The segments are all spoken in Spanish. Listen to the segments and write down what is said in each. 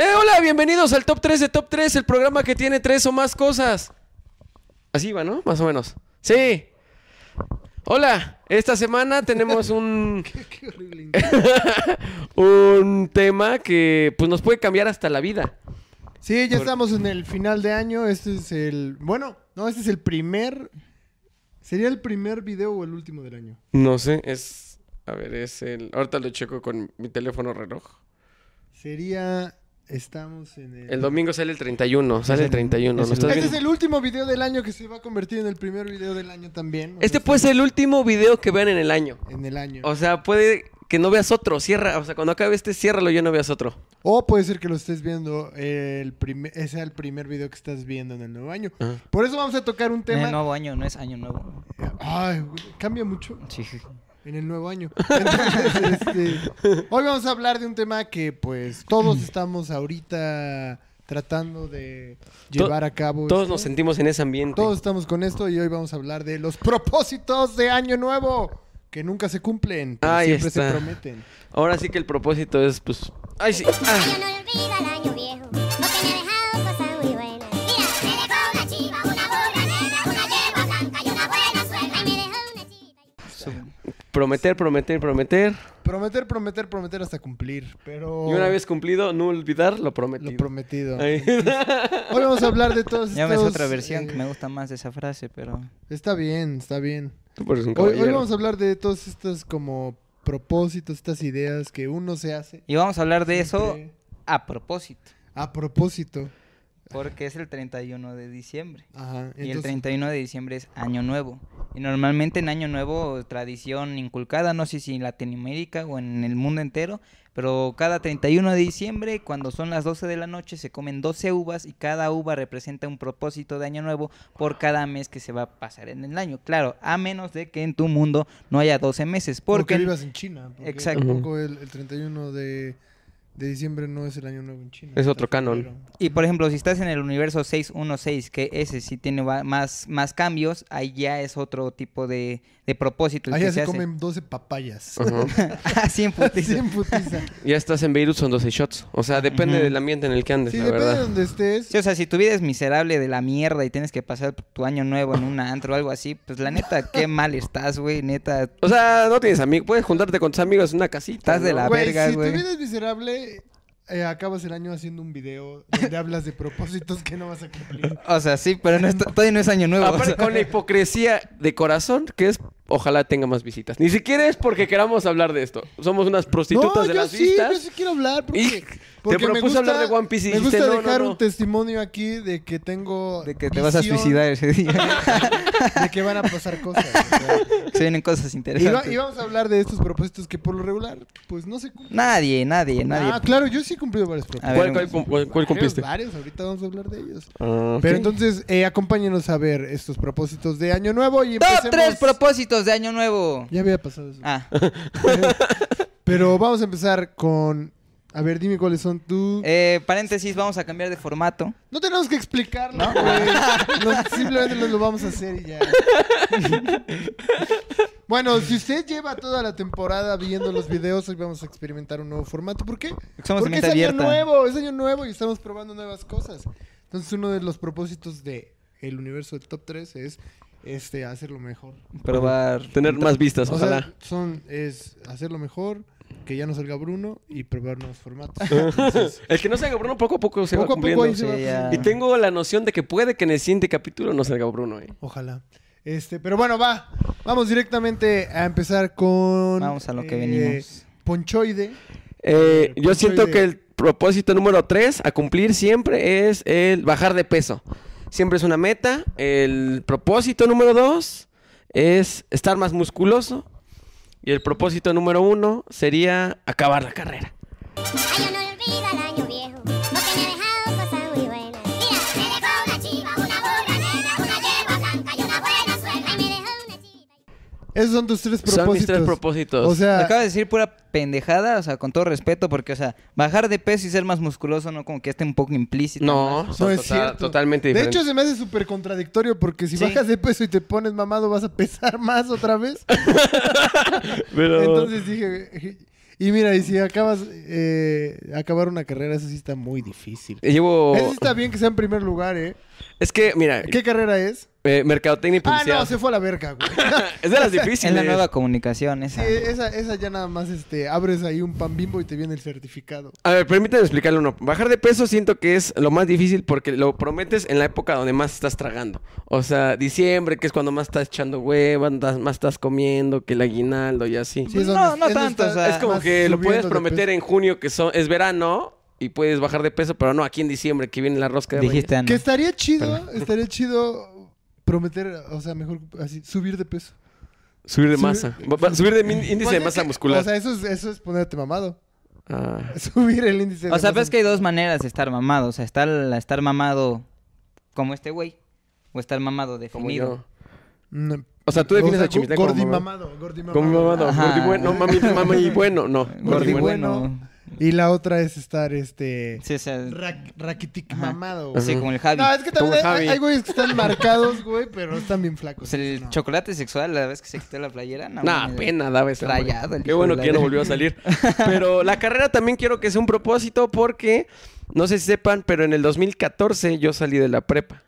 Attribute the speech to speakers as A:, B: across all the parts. A: Eh, Hola, bienvenidos al Top 3 de Top 3, el programa que tiene tres o más cosas. Así va, ¿no? Más o menos. Sí. Hola, esta semana tenemos un,
B: Qué horrible.
A: un tema que pues, nos puede cambiar hasta la vida.
B: Sí, ya estamos en el final de año. Este es el. Bueno, no, este es el primer. ¿Sería el primer video o el último del año?
A: No sé, es... A ver, es el... Ahorita lo checo con mi teléfono reloj.
B: Sería. Estamos en el.
A: El domingo sale el 31, sale el 31. ¿lo estás
B: este es
A: viendo?
B: el último video del año que se va a convertir en el primer video del año también. O
A: Este
B: sea,
A: puede ser el último video que vean en el año.
B: En el año.
A: O sea, puede que no veas otro, cierra. O sea, cuando acabe este, ciérralo y ya no veas otro.
B: O puede ser que lo estés viendo. El primer, ese sea el primer video que estás viendo en el nuevo año.
A: Ah.
B: Por eso vamos a tocar un
C: En
B: tema.
C: el Eh, nuevo año, no es año nuevo.
B: Ay, güey, cambia mucho.
C: Sí, sí, sí.
B: en el nuevo año. Entonces, este, hoy vamos a hablar de un tema que pues todos estamos ahorita tratando de llevar a cabo.
A: Todos
B: esto.
A: nos sentimos en ese ambiente.
B: Todos estamos con esto y hoy vamos a hablar de los propósitos de año nuvo que nunca se cumplen, pero
A: Ahí
B: siempre
A: está.
B: se prometen.
A: Ahora sí que el propósito es, pues... Ay, sí. Ah.
D: Yo no olvido el año viejo, porque me ha dejado cosas muy buenas. Mira, me dejó una chiva, una burra negra, una yegua blanca y una buena suegra. Y me dejó una chiva.
A: Prometer, prometer, prometer.
B: Prometer, prometer, prometer hasta cumplir, pero
A: Y una vez cumplido, no olvidar Oh. lo
B: lo
A: prometido.
B: prometido.
A: Ahí.
B: Hoy vamos a hablar de todos
C: Ya ves
B: estos,
C: otra versión que
B: eh,
C: me gusta más de esa frase, pero.
B: Está bien, está bien.
A: Tú eres un
B: Hoy,
A: caballero.
B: hoy vamos a hablar de todos estos como propósitos, estas ideas que uno se hace.
C: Y vamos a hablar de eso
B: Siempre.
C: a propósito.
B: A propósito.
C: Porque es el 31 de diciembre.
B: Ajá.
C: y el
B: entonces-
C: 31 de diciembre es Año Nuevo. Y normalmente en Año Nuevo, tradición inculcada, no sé si en Latinoamérica o en el mundo entero, pero cada 31 de diciembre, cuando son las 12 de la noche, se comen 12 uvas y cada uva representa un propósito de Año Nuevo por cada mes que se va a pasar en el año. Claro, a menos de que en tu mundo no haya 12 meses.
B: Porque
C: Porque
B: vivas en China. porque
C: Exacto.
B: Tampoco el, el 31 de, de diciembre no es el año nuevo en China.
A: Es
B: está
A: otro canon.
B: febrero.
C: Y por ejemplo, si estás en el universo 616, que ese sí tiene va- más, más cambios, ahí ya es otro tipo de, de propósito. el
B: Allá
C: que
B: se
C: hace.
B: comen 12 papayas.
A: Ajá.
C: Así en putiza.
B: Sí, en putiza.
A: Ya estás en Beirut, son 12 shots. O sea, depende
C: Ujú.
A: del ambiente en el que andes,
B: Sí,
A: la
B: depende de
A: verdad.
B: donde estés.
C: Sí, o sea, si tu vida es miserable de la mierda y tienes que pasar tu año nuevo en un antro o algo así, pues la neta, qué mal estás, güey, neta.
A: O sea, no tienes amigos. Puedes juntarte con tus amigos en una casita.
C: Estás de
A: ¿no?
C: la-
B: Güey,
C: verga,
B: si
C: güey.
B: tu vida es miserable, eh, acabas el año haciendo un video donde hablas de propósitos que no vas a cumplir.
C: O sea, sí, pero no es- todavía no es año nuevo. o
A: Aparte,
C: sea.
A: con la hipocresía de corazón, que es ojalá tenga más visitas. Ni siquiera es porque queramos hablar de esto. Somos unas prostitutas
B: no,
A: de
B: yo
A: las
B: sí,
A: vistas.
B: Yo sí quiero hablar
A: Y
B: porque,
A: te
B: porque me
A: propuse
B: gusta,
A: hablar de One Piece y
B: Me
A: dijiste,
B: gusta
A: "No, no,
B: dejar
A: no".
B: un testimonio aquí de que tengo
C: De que te vas a
B: visión
C: suicidar ese día.
B: de que van a pasar cosas. o sea.
C: Se vienen cosas
B: y, va-
C: interesantes.
B: y vamos a hablar de estos propósitos que por lo regular pues no se cumplen.
C: Nadie, nadie, nadie.
B: Ah, claro, yo sí he cumplido varios
C: A
B: propósitos.
C: ver,
A: ¿Cuál, cuál,
C: vamos.
A: cuál- cuál cumpliste?
B: Varios, varios, ahorita vamos a hablar de ellos.
A: Ah, ok.
B: Pero entonces, eh, acompáñenos a ver estos propósitos de Año Nuevo y
C: Top
B: empecemos...
C: tres propósitos de año nuevo.
B: Ya había pasado eso.
C: Ah,
B: Pero vamos a empezar con... A ver, dime cuáles son tus...
C: eh, paréntesis, vamos a cambiar de formato.
B: No tenemos que explicarlo,
C: ¿No?
B: güey. Lo- simplemente nos lo vamos a hacer y ya. bueno, si usted lleva toda la temporada viendo los videos, hoy vamos a experimentar un nuevo formato. ¿Por qué?
C: Somos de
B: Porque es
C: mente
B: año
C: abierta.
B: nuevo, es año nuevo y estamos probando nuevas cosas. Entonces, uno de los propósitos de el universo de Top 3 es este hacerlo mejor.
C: Probar.
A: Tener más vistas,
B: O
A: ojalá.
B: sea, son es hacerlo mejor, que ya no salga Bruno y probar nuevos formatos.
A: El que no salga Bruno poco a poco se
B: poco
A: va
B: a poco
A: cumpliendo.
B: ahí se va
C: sí, ya.
B: haciendo.
A: Y tengo la noción de que puede que en el siguiente capítulo no salga Bruno, ¿eh?
B: Ojalá. Este, pero bueno, va. Vamos directamente a empezar con. eh,
C: Vamos a lo que venimos.
B: Ponchoide.
A: Eh,
B: Eh,
A: yo
B: pues,
A: siento
B: soy de-
A: que el propósito número 3 a cumplir siempre es el bajar de peso. Siempre es una meta. El propósito número 2 es estar más musculoso. Y el propósito número 1 sería acabar la carrera.
D: Ay, yo no olvido el año viejo, porque me ha dejado cosas muy buenas. Mira, me dejó una chiva, una burra negra, una yegua blanca y una buena suegra. Y me dejó una chiva.
B: Esos son tus tres propósitos.
A: Son mis tres propósitos.
B: O sea,
C: Acaba de decir pura pendejada, o sea, con todo respeto, porque, o sea, bajar de peso y ser más musculoso, no como que esté un poco implícito.
A: no, son
B: no es
A: tota-
B: cierto.
A: totalmente
B: De
A: diferentes.
B: hecho, se me hace súper contradictorio porque si
C: Sí.
B: bajas de peso y te pones mamado, vas a pesar más otra vez.
A: Pero-
B: Entonces dije. Y mira, y si acabas eh, acabar una carrera, eso sí está muy difícil.
A: Llevo.
B: Eso sí está bien que sea en primer lugar, ¿eh?
A: Es que, mira,
B: ¿Qué carrera es?
A: eh, mercadotecnia y
B: Ah,
A: publicidad.
B: no, se fue a la verga, güey.
A: Es de las
C: Es
A: difíciles.
C: la nueva comunicación esa.
B: Sí, esa, esa ya nada más este, abres ahí un pan bimbo y te viene el certificado.
A: A ver, permítame explicarle uno. Bajar de peso siento que es lo más difícil porque lo prometes en la época donde más estás tragando. O sea, diciembre, que es cuando más estás echando hueva, andas- más estás comiendo, que el aguinaldo y así.
B: Sí, es
C: Pues No,
B: donde-
C: no
B: es donde
C: tanto,
B: está
C: o sea,
A: es como
B: más
A: que lo puedes
B: subiendo de
A: prometer
B: peso.
A: en junio, que son, es verano, y puedes bajar de peso, pero no aquí en diciembre, que viene la rosca de
C: Dijiste, Ana.
B: Que estaría chido, estaría chido prometer, o sea, mejor así, subir de peso.
A: Reyes. Subir de
B: Subir-
A: masa. Va- va- Subir de min- índice de
B: Pues es
A: masa
B: que-
A: muscular.
B: O sea, eso es, eso es ponerte mamado.
A: Ah.
B: Subir el índice de
C: O sea,
B: masa
C: pero es que hay dos maneras de estar mamado. O sea, estar, estar mamado como este güey. O estar mamado
A: Como
C: definido.
A: yo.
B: No.
A: O sea, tú defines
B: O sea,
A: a Chimitán
B: go-
A: como
B: gordimamado, gordimamado.
A: Con mi mamá, no.
C: Ajá.
A: gordi bueno, mami, mami, bueno, no.
B: Gordi
A: gordi bueno.
B: bueno. Y la otra es estar este
C: Sí, o sea,
B: ra- raquitic
C: Ajá.
B: mamado.
C: sí,
A: Ajá.
C: como el Javi.
B: No, es que también
A: Como
B: hay,
A: Javi.
B: hay güeyes que están marcados, güey, pero están bien flacos.
C: Pues el
B: No.
C: chocolate sexual, la vez que se quitó la playera, no.
A: Nah,
C: mames.
A: pena daba ese hombre.
C: Rayado el
A: Qué
C: hijo
A: bueno
C: de
A: que
C: la
A: ya no
C: verga.
A: volvió a salir. Pero la carrera también quiero que sea un propósito porque, no sé si sepan, pero en el 2014 yo salí de la prepa.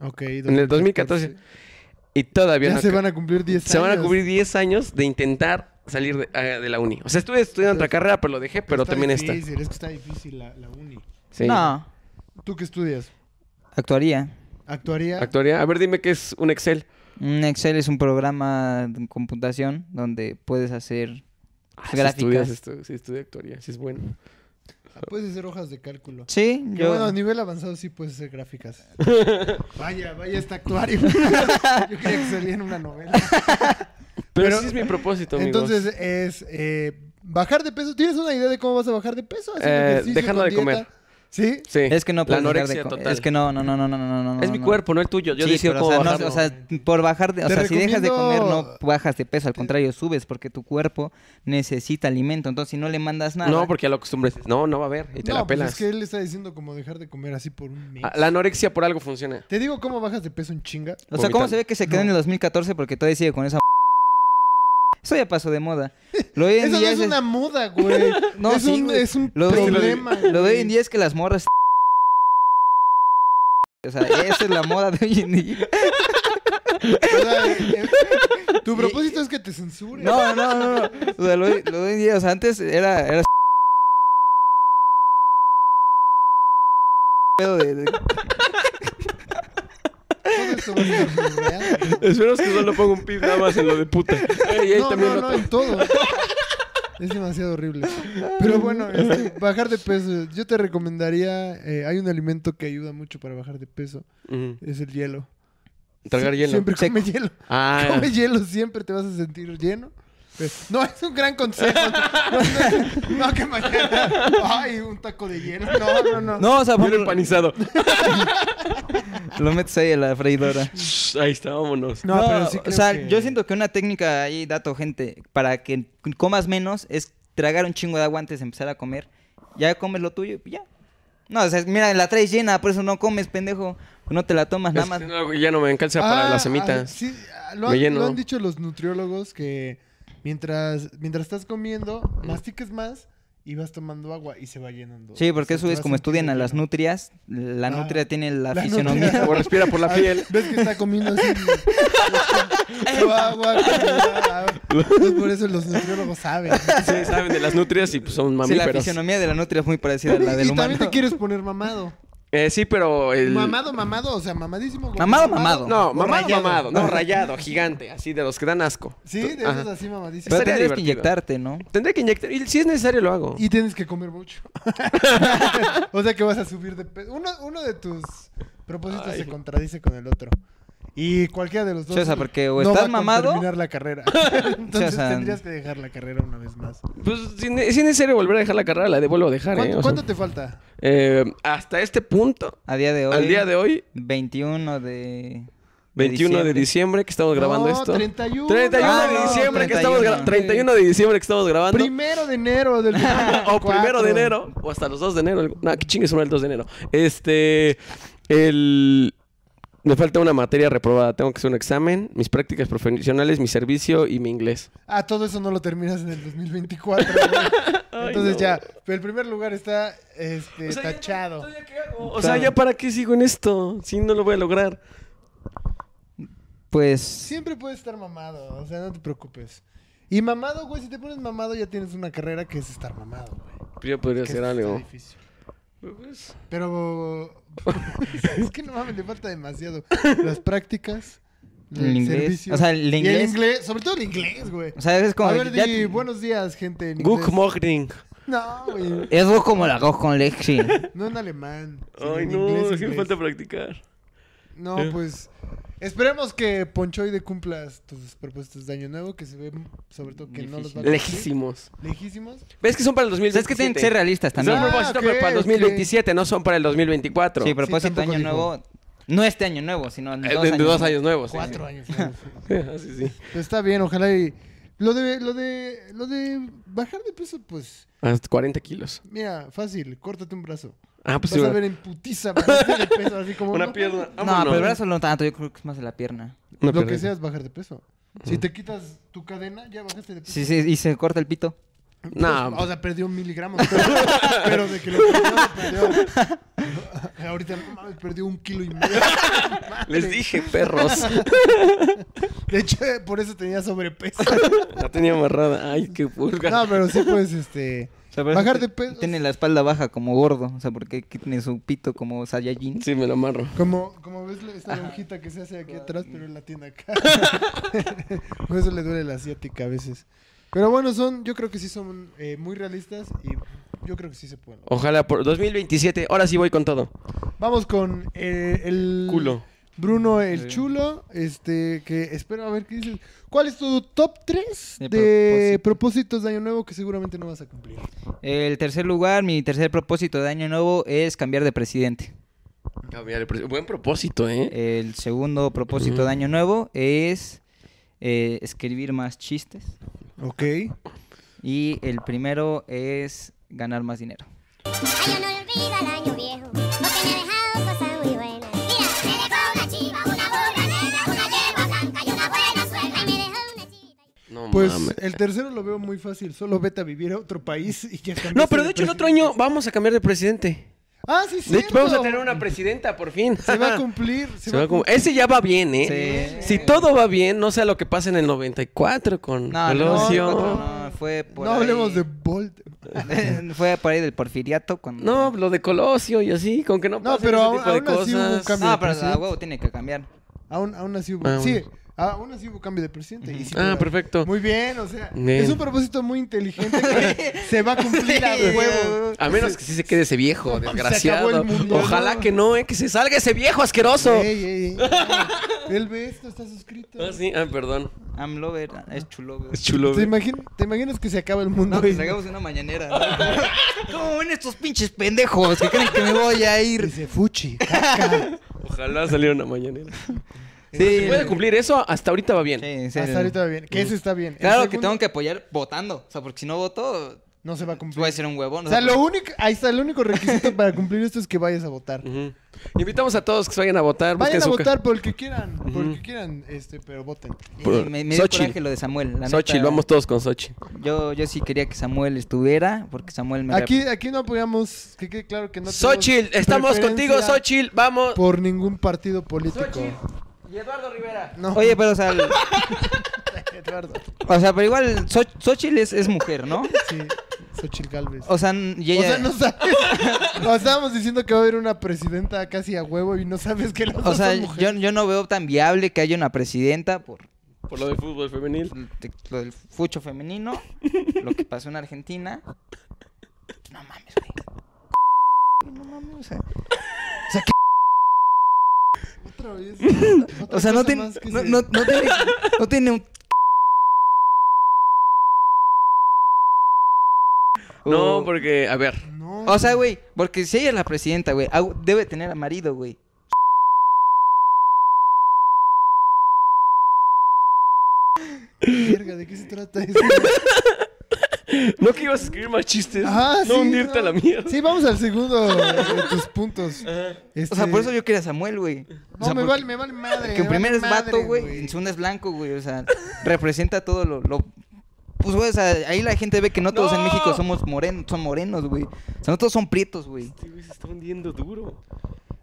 B: Ok,
A: En el 2014. Y todavía
B: Ya
A: no
B: se
A: acá-
B: van a cumplir 10 años.
A: se van a cubrir 10 años de intentar salir de, ah, de la uni. O sea, estuve estudiando otra carrera, pero lo dejé, pero
B: está
A: también
B: difícil,
A: está.
B: Es que está difícil la, la uni.
A: Sí.
C: No,
B: ¿Tú qué estudias?
C: actuaría.
B: ¿Actuaría?
A: Actuaría. A ver, dime qué es un Excel.
C: Un Excel es un programa de computación donde puedes hacer
A: Ah, sí
C: gráficas.
A: estudias esto- sí, estudia actuaría. Sí, es bueno.
B: Puedes hacer hojas de cálculo.
C: Sí,
B: Que
C: yo.
B: bueno, a nivel avanzado sí puedes hacer gráficas. vaya, vaya este actuario. Yo creía que salía en una novela.
A: Pero,
B: Pero-
A: sí es mi propósito, amigos.
B: Entonces es eh, bajar de peso. ¿Tienes una idea de cómo vas a bajar de peso? Haciendo
A: Eh,
B: ejercicio,
A: dejando
B: con
A: de comer.
B: dieta. ¿Sí?
A: Sí.
C: Es que no
A: La
C: puedes dejar de
A: anorexia
C: co-
A: total.
C: Es que no, no, no, no, no, no, no.
A: Es
C: no,
A: mi
C: no.
A: cuerpo, no el tuyo. Yo
C: Sí,
A: decido
C: pero,
A: cómo
C: o sea, no,
A: bajarlo.
C: o sea, por bajar de, o
B: Te
C: sea, si dejas de comer
B: recomiendo-
C: no bajas de peso, al contrario, subes porque tu cuerpo necesita alimento, entonces si no le mandas nada.
A: No, porque ya lo acostumbres. No, no va a haber. Y te
B: no,
A: la
B: pues
A: pelas.
B: es que él está diciendo como dejar de comer así por un mes.
A: Ah, La anorexia por algo funciona.
B: Te digo cómo bajas de peso en chinga.
C: O sea, ¿cómo
A: vomitando.
C: se ve que se queda en el 2014 porque todavía sigue con esa Eso ya pasó de moda. Lo de hoy en
B: Eso no
C: día
B: es una muda, güey.
C: No,
B: es,
C: sí,
B: un,
C: güey.
B: es un
C: Lo de-
B: problema.
C: Lo de hoy
B: güey.
C: en día es que las morras. O sea, esa es la moda de hoy en día.
B: O sea, eh, eh, tu propósito es que te censure.
C: No, no, no. no. O sea, lo, de- lo de hoy en día, o sea, antes era. era pedo de- de-
B: Todo esto va a ser real.
A: Espero que solo ponga un pip nada más en lo de puta. Ey, ahí
B: no,
A: también
B: no,
A: lo
B: no, en todo. Es demasiado horrible. Pero bueno, este, bajar de peso. Yo te recomendaría, eh, hay un alimento que ayuda mucho para bajar de peso.
A: Ujú.
B: Es el hielo.
A: Tragar
B: Sie-
A: hielo.
B: Siempre come hielo.
A: Ah,
B: Come hielo, siempre te vas a sentir lleno. Pues, No, es un gran consejo. No, no, no, que mañana. Ay, un taco de hielo. No, no, no.
C: No, o sea,
A: hielo
C: vamos-
A: empanizado.
C: lo metes ahí a la freidora.
A: Shh, Ahí está, vámonos.
B: No, pero sí
C: o
B: creo
C: sea,
B: que-
C: yo siento que una técnica ahí, dato gente, para que comas menos es tragar un chingo de agua antes de empezar a comer. Ya comes lo tuyo y ya. No, o sea, mira, la traes llena, por eso no comes, pendejo. No te la tomas nada
A: Es
C: más.
A: que no, ya no me alcanza para
B: Ah,
A: las
B: ah,
A: semitas.
B: sí, ah, lo
A: Me
B: han,
A: lleno.
B: lo han dicho los nutriólogos que mientras, mientras estás comiendo, mastiques más y vas tomando agua y se va llenando.
C: Sí,
B: O sea,
C: porque eso
B: te
C: es
B: vas
C: como estudian
B: sintiendo
C: a las
B: lleno.
C: nutrias. La
B: Ah,
C: nutria tiene la,
B: la
C: fisionomía.
B: nutria.
A: O respira por la
B: Ah,
A: piel.
B: ¿Ves que está comiendo así? Se va agua. se va agua. Entonces, por eso los nutriólogos saben.
A: Sí, saben de las nutrias y pues son
C: Sí, la
A: mamíferos.
C: fisionomía de la nutria es muy parecida a la del
B: y
C: humano.
B: también te quieres poner mamado.
A: Eh, sí, pero el...
B: Mamado, mamado, o sea, mamadísimo.
C: Mamado, mamado.
A: No, mamado,
B: Rayado.
A: mamado. No, rayado, gigante. Así, de los que dan asco.
B: Sí, de
A: Ajá.
B: esos así mamadísimo.
C: Pero
A: Estaría
C: tendrías que
A: divertido.
C: inyectarte, ¿no?
A: Tendré que inyectar. Y si es necesario, lo hago.
B: Y tienes que comer mucho. o sea que vas a subir de peso. Uno, uno de tus propósitos
A: Ay.
B: se contradice con el otro. Y cualquiera de los dos.
C: Sí, o sea, porque
B: no
C: o estás
B: va con
C: mamado-
B: terminar la carrera. Entonces
C: sea,
B: tendrías que dejar la carrera una vez más.
A: Pues si, ne- si es necesario volver a dejar la carrera, la de vuelvo a dejar, ¿eh?
B: ¿Cuánto,
A: O
B: cuánto
A: sea,
B: te falta?
A: eh, hasta este punto,
C: A día de hoy.
A: al día de hoy,
C: 21 de.
A: 21 de diciembre que estamos grabando
B: No,
A: esto.
B: 31.
A: 31
C: Ah,
A: de
C: no,
A: diciembre que estamos
C: 31.
A: grabando. 31 de diciembre que estamos grabando.
B: Primero de enero del
A: o primero de enero. O hasta los 2 de enero. No, que chingues uno el 2 de enero. Este. El. Me falta una materia reprobada. Tengo que hacer un examen, mis prácticas profesionales, mi servicio y mi inglés.
B: Ah, todo eso no lo terminas en el 2024. güey. Entonces ya, pero el primer lugar está este, tachado.
A: O sea, ¿ya para qué sigo en esto? Si no lo voy a lograr.
C: Pues
B: Siempre puedes estar mamado, o sea, no te preocupes. Y mamado, güey, si te pones mamado ya tienes una carrera que es estar mamado, güey.
A: Yo podría
B: Que
A: hacer
B: eso está
A: algo.
B: difícil. Pero es que no mames, le falta demasiado. Las prácticas,
C: El inglés.
B: servicio.
C: O sea, el
B: Y
C: inglés.
B: sobre todo el inglés, güey.
C: o sea, es como
B: A ver,
C: ya-
B: di, buenos días, gente. en
A: Good
B: inglés.
A: morning.
B: No, güey.
C: es algo como la voz con Lexi.
B: No en alemán. sino
A: Ay,
B: en
A: no,
B: inglés,
A: es que me
B: inglés.
A: falta practicar.
B: No, pues. Esperemos que Ponchoide cumplas tus propuestas de año nuevo, que se ve, sobre todo, que no los va a cumplir.
A: Lejísimos.
B: Lejísimos.
A: ¿Ves que son para el
C: O sea, es que tienen
A: 2027?
C: que ser realistas también.
A: Son
B: Ah,
A: propósitos pero
B: ok,
A: para el
B: ok.
A: 2027, no son para el 2024.
C: Sí, propósito
B: tampoco
C: año
B: dijo.
C: nuevo. No este año nuevo, sino en
A: Eh,
C: dos
A: de, de
C: años.
A: dos años nuevos. sí,
B: Cuatro años. ¿no?
A: sí. Ah, sí, sí.
B: Pero está bien, ojalá y. Lo de, lo de, lo de bajar de peso, pues,
A: Hasta 40 Ah, kilos.
B: mira, fácil, córtate un brazo.
A: Ah, pues
B: Vas
A: sí.
B: a
A: una-
B: ver en putiza, bajaste de peso, así como.
A: Una
B: no,
A: pierna.
C: No,
A: Vámonos.
C: pero el brazo no tanto, yo creo que es más de la pierna.
A: Una
B: Lo
A: pierna.
B: que sea es bajar de peso. Si te quitas tu cadena, ya bajaste de peso.
C: Sí, sí, y se corta el pito.
A: No,
B: Pues, O sea, perdió miligramos. Pero, pero de que lo perdió, lo perdió. Ahorita, no mames, perdió un kilo y medio.
A: les dije, perros.
B: De hecho, por eso tenía sobrepeso.
A: La tenía amarrada. Ay, qué pulga.
B: No, pero sí, pues, este... Bajar de peso.
C: Tiene la espalda baja como gordo, o sea, porque aquí tiene su pito como Saiyajin.
A: Sí, me lo amarro.
B: Como, como ves la- esta lonjita que se hace aquí atrás, pero él la tiene acá. Por eso le duele la asiática a veces. Pero bueno, son, yo creo que sí son eh, muy realistas y yo creo que sí se pueden.
A: Ojalá por 2027. Ahora sí voy con todo.
B: Vamos con eh, el...
A: Culo.
B: Bruno el Chulo, este, que espero a ver qué dices. ¿Cuál es tu top 3 de,
C: De propósitos.
B: propósitos de año nuevo que seguramente no vas a cumplir?
C: El tercer lugar, mi tercer propósito de año nuevo es cambiar de presidente.
A: Cambiar Ah, el pre- Buen propósito, ¿eh?
C: El segundo propósito de año nuevo es eh, escribir más chistes.
B: Ok.
C: Y el primero es ganar más dinero.
D: Ay, yo no olvido al año viejo, porque me ha dejado cosas muy buenas. Mira, me dejó una chiva, una burra negra, una yegua blanca y una buena suegra. Ay, me dejó una chiva.
A: No
B: Pues
A: mames.
B: el tercero lo veo muy fácil, solo vete a vivir a otro país y ya cambiaste
A: No, pero de hecho el otro
B: presidente.
A: año vamos a cambiar de presidente.
B: Ah, sí, sí.
A: De hecho, vamos a tener una presidenta por fin.
B: Se va a cumplir. Se,
A: Se va como- Ese ya va bien, ¿eh? Si
C: Sí.
A: todo va bien, no sea lo que pasa en el 94 con
C: No,
A: el
C: no,
A: ocio.
C: no, no, fue
A: Eh,
C: por
B: No
C: ahí-
B: hablemos de Bolt.
C: fue por ahí del porfiriato cuando...
B: pues,
A: No, lo de Colosio y así, con que no,
B: No,
A: pase
B: pero
A: ese
B: aún-
A: tipo de
B: aún así hubo un
A: cosas.
B: cambio.
C: Ah, pero
B: presidente.
C: la huevo tiene que cambiar.
B: Aún, aún así hubo.
A: Ah,
B: sí,
A: bueno.
B: aún así hubo cambio de presidente. y sí
A: Ah,
B: fue-
A: perfecto.
B: Muy bien, o sea,
A: Bien.
B: es un propósito muy inteligente que se va a cumplir a
C: Sí.
B: huevo.
A: A menos que sí se quede ese viejo,
B: acabó
A: desgraciado.
B: el mundo.
A: Ojalá que no, ¿eh? Que se salga ese viejo asqueroso.
B: Ey, ey, ey. Él ve esto, está suscrito.
A: Ah, sí, ah, perdón.
C: I'm lover, ah, es chulo.
A: Es chulo.
B: ¿Te,
A: güey.
B: imagin- ¿Te imaginas que se acaba el mundo?
C: No, que
B: y-
C: salgamos en una mañanera. ¿no? ¿Cómo ven estos pinches pendejos que creen que me voy a ir?
B: Dice Fuchi. ah, caca.
A: Ojalá saliera una mañanera.
C: Sí,
A: Puede cumplir eso, hasta ahorita va bien.
C: sí, sí.
B: Hasta ahorita bien. Que ese está bien. El
C: Claro que
B: segundo
C: tengo que apoyar votando. O sea, porque si no voto,
B: No se va a cumplir.
C: voy a ser un huevón.
B: O
C: o
B: sea,
C: sea,
B: lo único, ahí está, el único requisito para cumplir esto es que vayas a votar.
A: Ujú. Invitamos a todos que se vayan a votar.
B: Vayan
A: busquen
B: a
A: su ca-
B: votar por el que quieran, por el que quieran, este, pero voten.
C: y
A: por-
C: me, me dio
A: Xochitl.
C: coraje lo de Samuel. La
A: Xochitl,
C: neta,
A: vamos todos con Sochi.
C: Yo, yo sí quería que Samuel estuviera, porque Samuel me...
B: Aquí, aquí no apoyamos, que quede claro que no tenemos
A: Xochitl, estamos contigo,
B: preferencia
A: Xochitl, vamos.
B: Por ningún partido político.
A: Y Eduardo Rivera.
B: No,
C: Oye, pero o sea, el-
B: Eduardo.
C: o sea, pero igual Xoch- Xochitl es, es mujer, ¿no?
B: Sí, Xochitl Galvez.
C: O sea, n- y
B: O
C: ella...
B: sea, no sabes. Nos estábamos diciendo que va a haber una presidenta casi a huevo y no sabes que las
C: O
B: dos
C: sea,
B: son
C: yo,
B: mujeres.
C: yo no veo tan viable que haya una presidenta por
A: Por lo del fútbol femenil.
C: te- lo del fucho femenino, lo que pasó en Argentina. No mames, güey. No mames, o sea.
B: Otra vez. Otra
C: O sea, no
B: cosa
C: tiene.
B: más que
C: No,
B: se-
C: no- no tiene. No tiene un.
A: No,
B: Oh.
C: O-
A: porque, a ver.
B: No.
C: O sea, güey, porque si ella es la presidenta, güey, au- debe tener a marido, güey.
B: Verga, ¿de qué se trata eso?
A: No que ibas a escribir más chistes.
B: Ajá,
A: no
B: Ah, sí,
A: hundirte
B: no.
A: a la mierda.
B: Sí, vamos al segundo de tus puntos. Este,
C: O sea, por eso yo quería a Samuel,
B: No,
C: güey. O sea,
B: me,
C: porque-
B: vale, me vale madre.
C: Que en
B: me
C: primero
B: vale
C: es vato,
B: madre,
C: güey. En segundo es blanco, güey. O sea, representa todo lo. lo- Pues, güey, o sea, ahí la gente ve que no todos en
A: ¡No!
C: México somos morenos, son morenos, güey. O sea, no todos son prietos, güey.
A: Este güey se está hundiendo duro.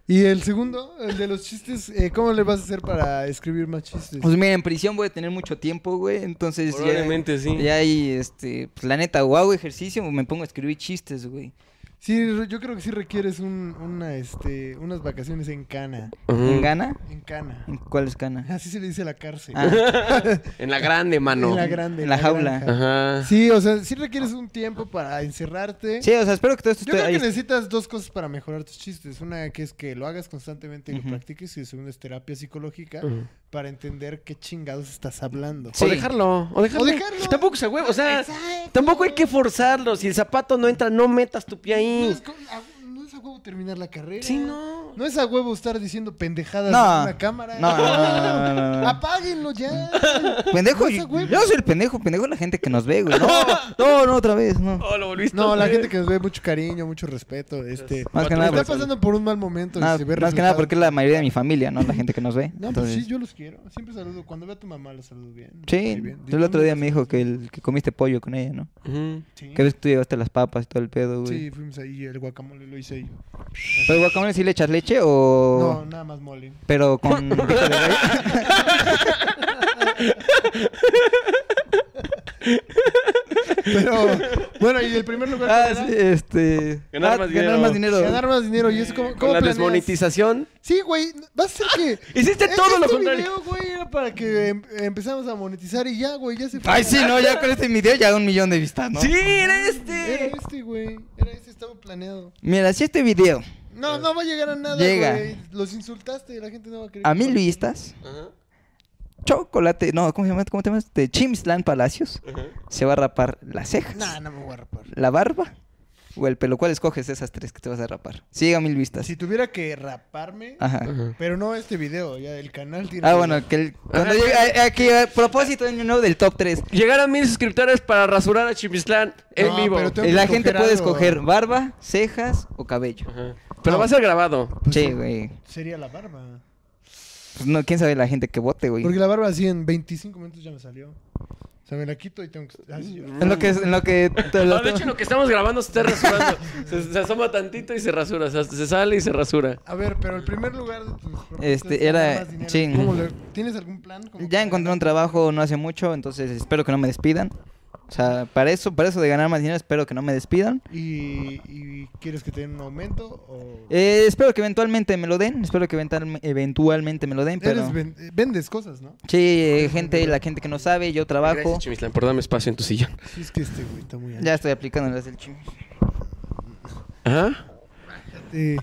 B: Y el segundo, el de los chistes, eh, ¿cómo le vas a hacer para escribir más chistes?
C: Pues mira, en prisión voy a tener mucho tiempo, güey. Entonces, ya-
A: Probablemente sí.
C: Ya hay, este, pues la neta, o hago ejercicio o me pongo a escribir chistes, güey.
B: Sí, re- yo creo que sí requieres un, una, este, unas vacaciones en Cana.
C: ¿En
A: Ujú.
C: Gana?
B: En Cana.
C: ¿En cuál es Gana?
B: Así se le dice a la cárcel.
C: Ah,
A: En la grande, mano.
B: En la grande.
C: En la jaula.
B: granja.
A: Ajá.
B: Sí, o sea, sí requieres un tiempo para encerrarte.
C: sí, o sea, espero que todo esto
B: Yo
C: esté
B: creo
C: ahí.
B: que necesitas dos cosas para mejorar tus chistes. Una que es que lo hagas constantemente y lo
C: Ujú.
B: practiques. Y la segunda es terapia psicológica
A: Ujú.
B: para entender qué chingados estás hablando.
C: Sí.
A: O dejarlo, o dejarlo.
B: O dejarlo.
A: Tampoco se huevo, o sea,
B: Exacto.
A: tampoco hay que forzarlo. Si el zapato no entra, no metas tu pie
B: No
A: ahí.
B: es, co- a, no es a huevo terminar la carrera.
A: Sí, no.
B: No es a huevo estar diciendo pendejadas
C: No.
B: en una cámara.
C: No, no, no, no, no, no.
B: Apáguenlo ya.
C: Pendejo,
B: No es a
C: yo,
B: huevo.
C: yo soy el pendejo, pendejo es la gente que nos ve, güey. No, no, no, otra vez, no.
A: Oh, lo volviste.
B: No,
A: a
B: la
A: hacer.
B: gente que nos ve mucho cariño, mucho respeto. Este,
C: Más que
B: está
C: nada, por-
B: pasando por un mal momento. y
C: nada-
B: se ve
C: más que nada
B: reflejado.
C: porque es la mayoría de mi familia, ¿no? La gente que nos ve.
B: No,
C: Entonces,
B: pues sí, yo los quiero. Siempre saludo. Cuando veo a tu mamá, la saludo bien.
C: sí,
B: bien.
C: tú el otro día me dijo que, el, que comiste pollo con ella, ¿no?
A: Ujú.
B: Sí.
C: Que ves que tú llevaste las papas y todo el pedo, güey.
B: Sí, fuimos ahí, el guacamole lo hice yo.
C: ¿Pero guacamole sí le echas leche o...?
B: No, nada más mole.
C: Pero con... pico de gallo?
B: Pero, bueno, y el primer lugar.
C: ah,
B: ¿cuál
C: sí,
B: era?
C: este...
A: Ganar
C: ah,
A: más
C: ganar
A: dinero.
C: más dinero.
B: Ganar más dinero. Y es como.
A: Con
B: ¿cómo
A: la
B: planeas?
A: desmonetización.
B: Sí, güey. Vas a ser que.
A: Hiciste
B: Eh,
A: todo lo
B: este
A: contrario.
B: video, güey, era para que em- empezamos a monetizar y ya, güey, ya se fue.
C: Ay, sí, no, ya con este video ya un millón de vistas, ¿no?
A: Sí, era
B: Era
A: este.
B: este, güey. Era este, estaba planeado.
C: Mira, si este video
B: No, no va a llegar a nada,
C: Llega.
B: güey. Los insultaste, la gente no va a creer.
C: a mil vistas,
A: Ajá,
C: chocolate... No, ¿cómo se llama? ¿Cómo te llamas? De Chimsland Palacios.
A: ajá.
C: Se va a rapar las cejas.
B: Nah, no me voy a rapar.
C: la barba o el pelo. ¿Cuál escoges de esas tres que te vas a rapar? Si llega a mil vistas.
B: Si tuviera que raparme,
C: Ajá.
B: pero no este video, ya el canal tiene.
C: Ah, bueno, que el- cuando
A: Ajá.
C: llegue a- aquí, a propósito de año nuevo del top 3.
A: Llegar a mil suscriptores para rasurar a Chimislán en
B: No,
A: vivo.
B: pero te- Tengo que
C: Eh, La gente
B: escoger
C: puede
B: algo.
C: escoger barba, cejas o cabello.
A: Ajá. Pero
B: No.
A: va a ser grabado.
C: Che, güey.
B: Sería la barba.
C: Pues no, quién sabe la gente que vote, güey.
B: Porque la barba así en 25 minutos ya me salió. O sea, me la quito y tengo que. así, ya.
C: En lo que. En lo que
B: Ah,
C: te lo
A: No, de hecho, lo que estamos grabando se está rasurando. se, se asoma tantito y se rasura. Se, se sale y se rasura.
B: A ver, pero el primer lugar de tus propuestas
C: Este, era-
B: ganar más dinero.
C: sí.
B: ¿Cómo le- ¿Tienes algún plan? Como
C: ya
B: para-
C: encontré un trabajo no hace mucho, entonces espero que no me despidan. O sea, para eso, para eso de ganar más dinero, espero que no me despidan.
B: ¿Y, y quieres que te den un aumento? O...
C: Eh, espero que eventualmente me lo den. Espero que eventual- eventualmente me lo den, pero.
B: Eres ven- eh, vendes cosas, ¿no?
C: Sí, eh, gente, la gente que no sabe, yo trabajo.
A: Gracias, Chimislán, por darme espacio en tu sillón.
B: Sí, es que este güey está muy
C: Ya estoy aplicando las del chimi.
A: Ajá.
B: Eh,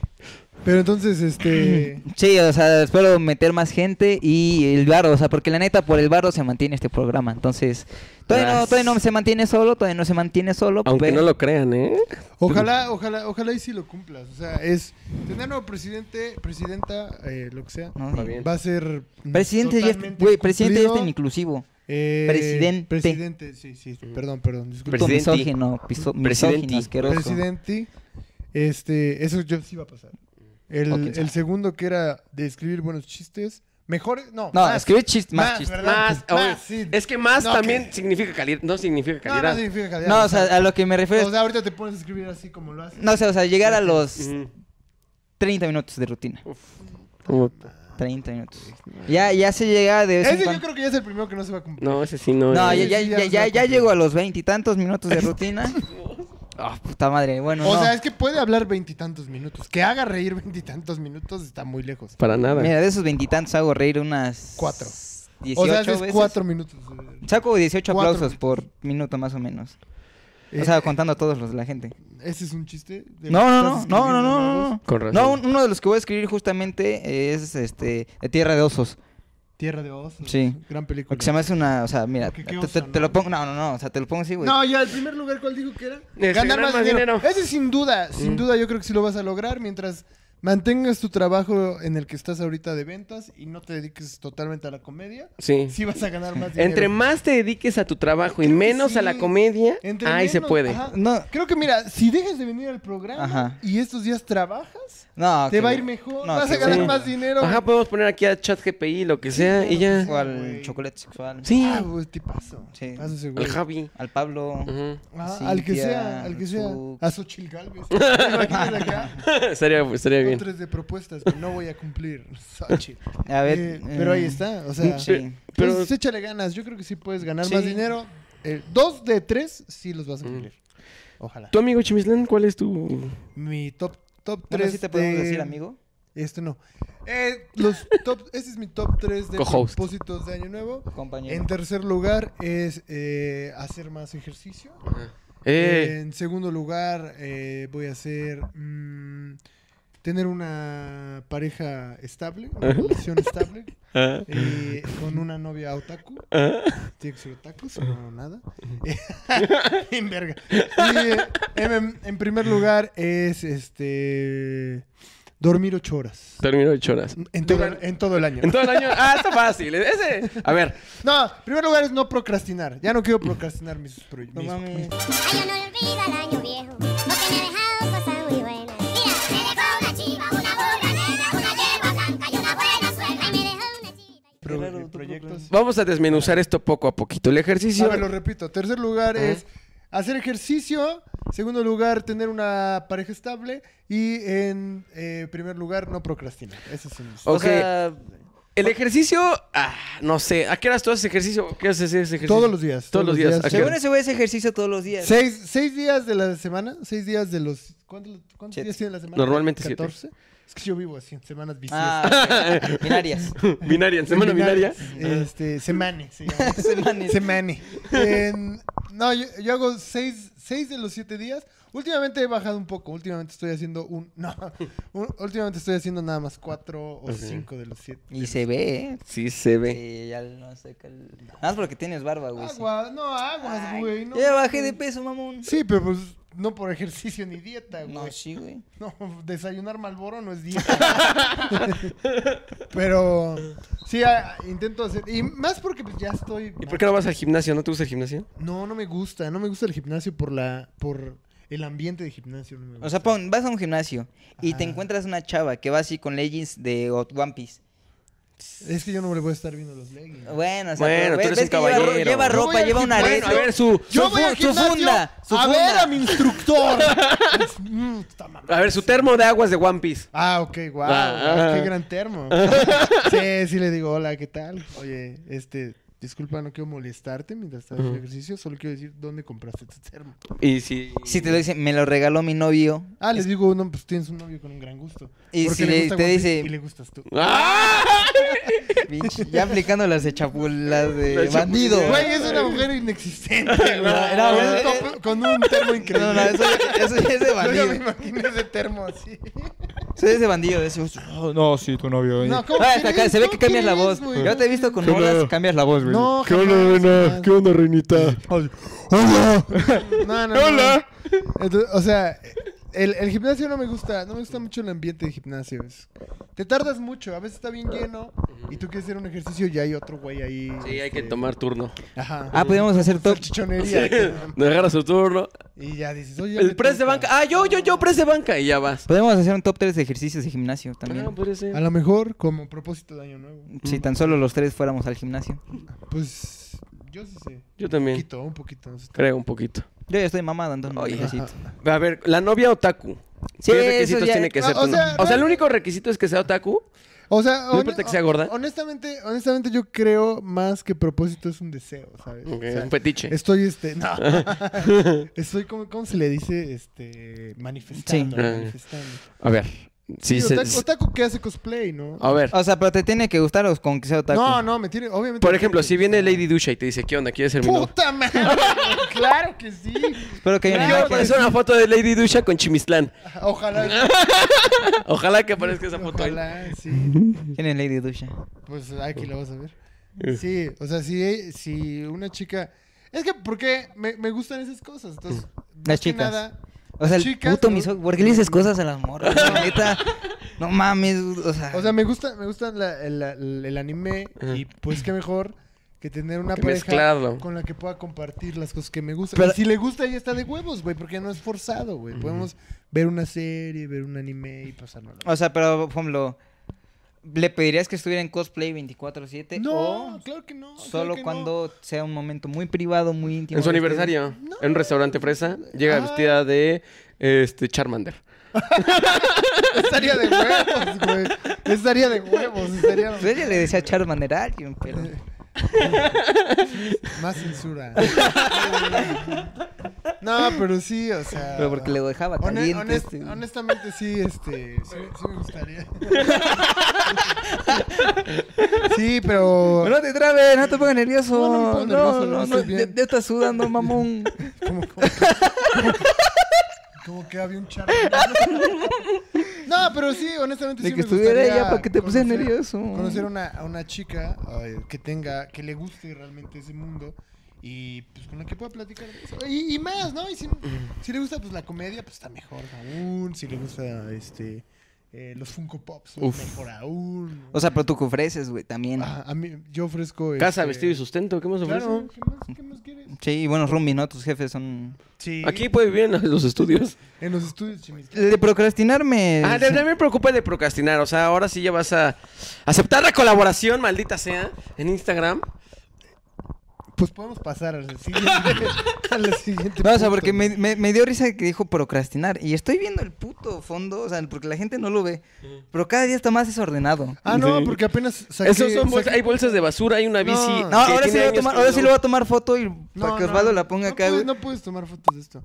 B: pero entonces, este.
C: Sí, o sea, espero meter más gente y el varo, o sea, porque la neta por el varo se mantiene este programa. Entonces, todavía no,
A: Gracias.
C: todavía no se mantiene solo, todavía no se mantiene solo.
A: Aunque
C: pero-
A: no lo crean, ¿eh?
B: Ojalá, ojalá, ojalá y si lo cumplas. O sea, es tener nuevo presidente, presidenta, eh, lo que sea.
C: No,
A: Está
C: sí.
A: bien.
B: Va a ser. mm,
C: Presidente ya,
B: totalmente
C: güey, presidente ya está
B: cumplido.
C: inclusivo.
B: Eh,
C: Presidente.
B: Presidente, sí, sí. Perdón, perdón. Disculpa.
C: Puto
A: Presidenti.
C: misógino, piso-
A: Presidenti.
C: misógino, asqueroso.
B: Presidente. Este, eso yo sí va a pasar. El,
C: O quién sabe.
B: el segundo que era de escribir buenos chistes. Mejores, no.
C: No,
B: más.
C: escribe chistes, más,
B: Más,
C: chistes.
B: ¿verdad?
A: Más,
B: Más,
A: oye,
B: sí.
A: Es que más
B: No,
A: también
B: que-
A: significa calidad. No significa
B: No, no
A: calidad.
B: significa calidad.
C: No, o sea, a lo que me refiero
B: o
C: es,
B: sea, ahorita te pones a escribir así como lo haces.
C: no sé, o sea, llegar a los
A: Ujú.
C: 30 minutos de rutina.
A: Como-
C: 30 minutos. Ya, ya se llega de vez en
B: Ese yo
C: cuando.
B: creo que ya es el primero que no se va a cumplir.
A: No, ese sí no.
C: No,
A: es.
C: ya,
B: Sí,
C: ya,
B: sí, ya los
C: ya, ya,
B: voy a
C: ya
B: cumplir.
C: llego a los veintitantos minutos de rutina. Ah, puta madre. Bueno,
B: o
C: no.
B: sea, es que puede hablar veintitantos minutos. Que haga reír veintitantos minutos está muy lejos.
A: Para nada.
C: Mira, de esos veintitantos hago reír unas.
B: Cuatro.
C: 18
B: O sea, haces
C: veces.
B: cuatro minutos.
C: Saco 18
B: Cuatro Eh,
C: aplausos por minuto más o menos. O sea, contando a todos los de la gente.
B: Ese es un chiste. de
C: No,
B: lo que
C: no,
B: eh, estás
C: no, no, no,
B: escribiendo,
C: no,
B: vos?
C: no.
A: Con razón.
C: No, un- uno de los que voy a escribir justamente es este de Tierra de Osos.
B: Tierra de osos.
C: Sí.
B: Gran película.
C: Porque se me hace una, o sea, mira,
B: Qué-
C: te,
B: qué
C: te-
B: oso,
C: te lo
B: ¿no?
C: pongo, no, no, no, o sea, te lo pongo así, este güey.
B: No, ya, el primer lugar, ¿cuál dijo que era?
A: Este, ganar más dinero.
B: Ese sin duda, sin duda yo creo que sí lo vas a lograr mientras mantengas tu trabajo en el que estás ahorita de ventas y no te dediques totalmente a la comedia,
A: Sí.
B: sí vas a ganar más dinero.
A: Entre más te dediques a tu trabajo y
B: Creo que
A: menos a la
B: sí.
A: comedia,
B: Entre
A: ahí se
B: menos-
A: puede.
B: ajá.
C: No,
B: Creo que mira, si dejas de venir al programa
C: Ajá.
B: y estos días trabajas,
C: no.
B: te
C: que-
B: va a ir mejor,
C: Ah, no,
B: vas
C: que
B: a ganar
A: sí.
B: más dinero.
A: Ajá, podemos poner aquí a ChatGPI, lo que sea, y
B: pues,
A: ya.
C: O al
B: güey.
C: chocolate sexual.
A: Sí,
B: Ah, pues, tipazo.
C: Sí.
B: Tipazo ese güey.
A: al Javi.
C: Al Pablo.
A: Ujú.
B: Ah,
C: Sí,
B: al que
C: tía,
B: sea, al que sea.
C: su-
B: A Xochitl Galvez. ¿Te imaginas acá?
A: estaría, estaría
B: Son
A: bien.
B: tres de propuestas que no voy a cumplir. Xochitl.
C: A ver.
B: Eh, pero ahí
C: eh,
B: está, o sea.
C: Sí.
A: Pero-
B: Pero échale ganas, yo creo que sí puedes ganar
A: Sí.
B: más dinero. Eh, dos de tres sí los
A: Mm.
B: vas a cumplir. Ojalá.
A: ¿Tu amigo Chimislán, cuál es tu...?
B: Mi top top
C: Bueno,
B: tres.
C: sí te podemos
B: de-
C: decir, amigo.
B: Este no. Eh, los top, este es mi top 3 de
A: Co-host.
B: propósitos de año nuevo.
C: Compañero.
B: En tercer lugar es eh, hacer más ejercicio.
A: Eh,
B: En segundo lugar eh, voy a hacer mm, tener una pareja estable, una relación estable,
A: ah,
B: eh, con una novia otaku.
A: ah.
B: Tiene que ser otaku, si no, nada. en verga. Y, eh, en, en primer lugar es este dormir ocho horas.
A: Termino ocho horas.
B: En todo, el- en todo el año.
A: En todo el año... Ah, está fácil. Ese... A ver.
B: No, en primer lugar es no procrastinar. Ya no quiero procrastinar mis
C: No
B: proyectos.
C: mames.
D: Ay, yo no olvido el año viejo, porque me ha dejado cosas muy buenas. Mira, me dejó una chiva, una burra negra, una yegua blanca y una buena suegra. Ay, me dejó una chivita.
B: Pro-
C: Qué raro, tú
B: proyectos.
A: Vamos a desmenuzar esto poco a poquito. El ejercicio...
B: A ver, lo repito. Tercer lugar
A: Ajá.
B: es hacer ejercicio. Segundo lugar, tener una pareja estable. Y en eh, primer lugar, no procrastinar. Eso es un...
A: Ok.
C: O sea,
A: El ejercicio... Ah, no sé. ¿A qué horas tú haces ejercicio? ¿Qué haces ese ejercicio?
B: Todos los días.
A: Todos los días. ¿A qué
C: según
A: hora?
C: ese güey hace ejercicio todos los días.
B: Seis, seis días de la semana, seis días de los... ¿Cuántos, cuántos
C: Siete.
B: días tiene la semana?
A: Normalmente siete.
B: ¿14? Es que yo vivo así, en semanas bisiestas.
C: Ah, ok. binarias.
A: Binaria, en semana binaria.
B: Este, semane se llama.
C: Semanas.
B: Semane. En- no, yo, yo hago seis, seis de los siete días. Últimamente he bajado un poco. Últimamente estoy haciendo un... No, un- últimamente estoy haciendo nada más cuatro o cinco de los siete.
C: Y se ve, ¿eh?
A: Sí se ve.
C: Sí, ya no sé cal- Nada más porque tienes barba, güey. sí.
B: Agua, no, aguas,
C: Ay,
B: güey. no
C: ya
B: mames.
C: bajé de peso, mamón.
B: Sí, pero pues no por ejercicio ni dieta, güey.
C: No, sí, güey.
B: No, desayunar Malboro no es dieta. Pero sí, ah, intento hacer. Y más porque pues, ya estoy.
A: ¿Y por qué no vas al gimnasio? ¿No te gusta el gimnasio?
B: No, no me gusta. No me gusta el gimnasio por la. por el ambiente de gimnasio. no me
C: O sea,
B: gusta.
C: pon, vas a un gimnasio y te
B: Ajá.
C: encuentras una chava que va así con leggings de o- One Piece. pues,
B: Es que yo no me le voy a estar viendo los leggings.
C: Bueno, o sea,
A: Bueno,
C: pero
A: tú
C: ve-
A: eres
C: ves
A: un
C: que lleva ro-
A: caballero.
C: Lleva,
B: Yo voy
C: ropa,
B: al
C: lleva una
B: gimnasio-
C: arete.
A: Bueno, a ver, su...
B: Yo
C: Su
B: voy al
C: fu- su
B: gimnasio
C: funda, su
B: a ver
C: funda.
B: a mi instructor. Mm, está mamá.
A: A ver, su termo de aguas de One Piece.
B: Ah, ok, wow,
A: Ah, ah.
B: qué gran termo. sí, sí le digo, hola, ¿qué tal? Oye, este, disculpa, no quiero molestarte mientras estás haciendo ejercicio, solo quiero decir dónde compraste tu termo.
A: Y si...
C: Si te lo dice, me lo regaló mi novio.
B: Ah, les digo, no, pues tienes un novio con un gran gusto.
C: Y
B: Porque
C: si le-
B: gusta
C: te
B: One Piece
C: dice-
B: Y le gustas tú.
A: ¡Ah!
C: Pinche, ya aplicando las de chapul, las de
A: Las chapu-
C: bandido.
B: Güey, es una mujer inexistente, güey.
C: no,
B: con, un
C: eh,
B: top- con un termo increíble.
C: No, no, eso, eso ya es de
B: Yo ya me
C: bandido.
B: imagino ese termo así.
C: Eso es de bandido. eso-
E: Oh, No, sí, tu novio.
B: No, ¿cómo
C: Ah, hasta
B: crees?
C: acá, se ve
B: ¿Cómo
C: que cambias la
B: crees,
C: voz.
B: güey?
C: Yo te he visto con olas, cambias la voz, güey.
B: No,
E: ¿Qué onda,
B: jamás,
E: reina?
B: jamás.
E: ¿Qué onda, reinita? ¡Hola!
B: No, no,
E: Hola.
B: no. Entonces, o sea, el, el gimnasio no me gusta, no me gusta mucho el ambiente de gimnasio. es- te tardas mucho, a veces está bien lleno y tú quieres hacer un ejercicio y hay otro güey ahí.
A: Sí, hay que
B: este,
A: tomar turno.
B: Ajá.
C: Ah, podemos hacer top.
B: chichonería.
A: Dejar a su turno.
B: Y ya dices, oye. me
A: El press de
B: toca.
A: banca. Ah, yo, yo, yo, press de banca. Y ya vas.
C: Podemos hacer un top 3 de ejercicios de gimnasio también.
A: Ah, puede ser.
B: A lo mejor como propósito de año nuevo.
C: Si tan solo los tres fuéramos al gimnasio.
B: Pues yo sí sé.
A: Yo
B: Un
A: también.
B: poquito, un poquito. no sé.
A: Creo un poquito.
C: Yo ya estoy mamado, entonces no
A: Oye.
C: necesito.
A: A ver, la novia otaku.
C: Sí,
A: ¿Qué
C: eso
A: requisitos
C: ya-
A: tiene que
B: Ah,
A: ser?
B: o
A: tu novia?
B: sea,
A: o sea, el
B: no-
A: único requisito es que sea otaku.
B: O sea,
A: No
B: hone-
A: importa que sea gorda.
B: Honestamente, honestamente yo creo más que propósito es un deseo, ¿sabes? O
A: Ok,
B: sea,
A: un fetiche.
B: Estoy, este, no. Estoy, como, ¿cómo se le dice? Este, manifestando.
A: Sí.
B: manifestando.
A: A ver. Ah. Sí,
B: Sí,
A: se-
B: otaku, Ah, otaku que hace cosplay, ¿no?
A: A ver.
C: O sea, pero te tiene que gustar o con que sea otaku.
B: No, no, me tiene, obviamente.
A: Por
B: me
A: ejemplo,
B: tiene
A: si
B: que-
A: viene Lady Dusha y te dice, ¿qué onda? ¿Quieres ser mi novia?
B: ¡Puta madre! claro que sí.
C: Espero que haya una
A: Yo
B: Claro,
C: imagen.
A: apareció una foto de Lady Dusha con Chimislán.
B: Ojalá.
A: Ojalá que aparezca esa foto ahí.
B: Ojalá, sí.
C: ¿Quién es Lady Dusha?
B: Pues aquí la vas a ver. Sí, o sea, si, si una chica. Es que, ¿por qué me, me gustan esas cosas? Entonces, más
C: Las
B: que
C: chicas.
B: nada,
C: O sea, el
B: Chicas,
C: puto
B: ¿no?
C: miso... ¿Por qué le dices cosas a las morras? La neta, no mames, o sea...
B: O sea, me gusta, me gusta la- el, la- el anime y pues qué mejor que tener una
A: Que
B: pareja
A: mezclarlo.
B: con la que pueda compartir las cosas que me gustan.
C: Pero-
B: Y si le gusta ya está de huevos, güey, porque no es forzado, güey. Podemos ver una serie, ver un anime y pasárnoslo.
C: O sea, pero, por ejemplo, ¿le pedirías que estuviera en cosplay 24-7?
B: no,
C: o
B: claro que no. claro
C: oh, solo
B: que no.
C: cuando sea un momento muy privado, muy íntimo. Este,
A: En su
C: de ustedes?
A: aniversario, en un restaurante fresa, llega
B: Ah.
A: vestida de este Charmander.
B: Estaría de huevos, güey. Estaría de huevos, estaría
C: Pues ella le decía Charmander a alguien, pero...
B: más censura. no, pero sí, o sea.
C: Pero porque le dejaba
B: Hone-
C: caliente.
B: honest-
C: este, güey.
B: honestamente sí, este, sí, sí me gustaría. sí, pero
C: No te trabes, no te pongas nervioso.
B: No, no me
C: No,
B: pongo
C: no,
B: nervioso, no,
C: no,
B: estoy
C: ya,
B: bien.
C: ya estás sudando, mamón.
B: como, como, como, como que había un charco. No, pero sí, honestamente
C: De
B: sí
C: que
B: me
C: estuviera
B: gustaría
C: ella para que te pusieras
B: conocer-
C: nervioso.
B: Conocer a una, a una chica ay, que tenga, que le guste realmente ese mundo y pues con la que pueda platicar de eso. Y, y más, ¿no? Y si, si le gusta pues la comedia, pues está mejor aún. Si le gusta este eh, los Funko Pops, pues,
A: Uf.
B: mejor aún.
C: O sea, pero tú que ofreces, güey, también.
B: Ajá, a mí, yo ofrezco.
A: Casa,
B: este,
A: vestido y sustento, ¿qué más ofrece?
B: Claro, ¿qué más, qué más quieres?
C: Sí, y buenos roomies, ¿no? Tus jefes son...
B: Sí.
A: Aquí puede vivir en los estudios.
B: En los estudios, chimista.
C: De procrastinarme...
A: Ah, de, de- me preocupa de procrastinar. O sea, ahora sí ya vas a aceptar la colaboración, maldita sea, en Instagram.
B: Pues podemos pasar al siguiente. a la siguiente
C: No, o sea,
B: punto.
C: porque me, me- me dio risa que dijo procrastinar. Y estoy viendo el puto fondo, o sea, porque la gente no lo ve. Pero cada día está más desordenado.
B: Ah, no,
E: Sí.
B: porque apenas saqué.
A: Esos son bolsas-
B: saqué-
A: hay bolsas de basura, hay una
B: No.
A: bici.
B: No,
A: que
C: No, ahora
A: tiene
C: sí, le voy a
A: años
C: tomar,
A: que
C: ahora
A: no-
C: sí le voy a tomar foto y
B: Ah. No,
C: para que
B: no,
C: Osvaldo la ponga
B: no
C: acá,
B: puedes-
C: güey.
B: no puedes tomar fotos de esto.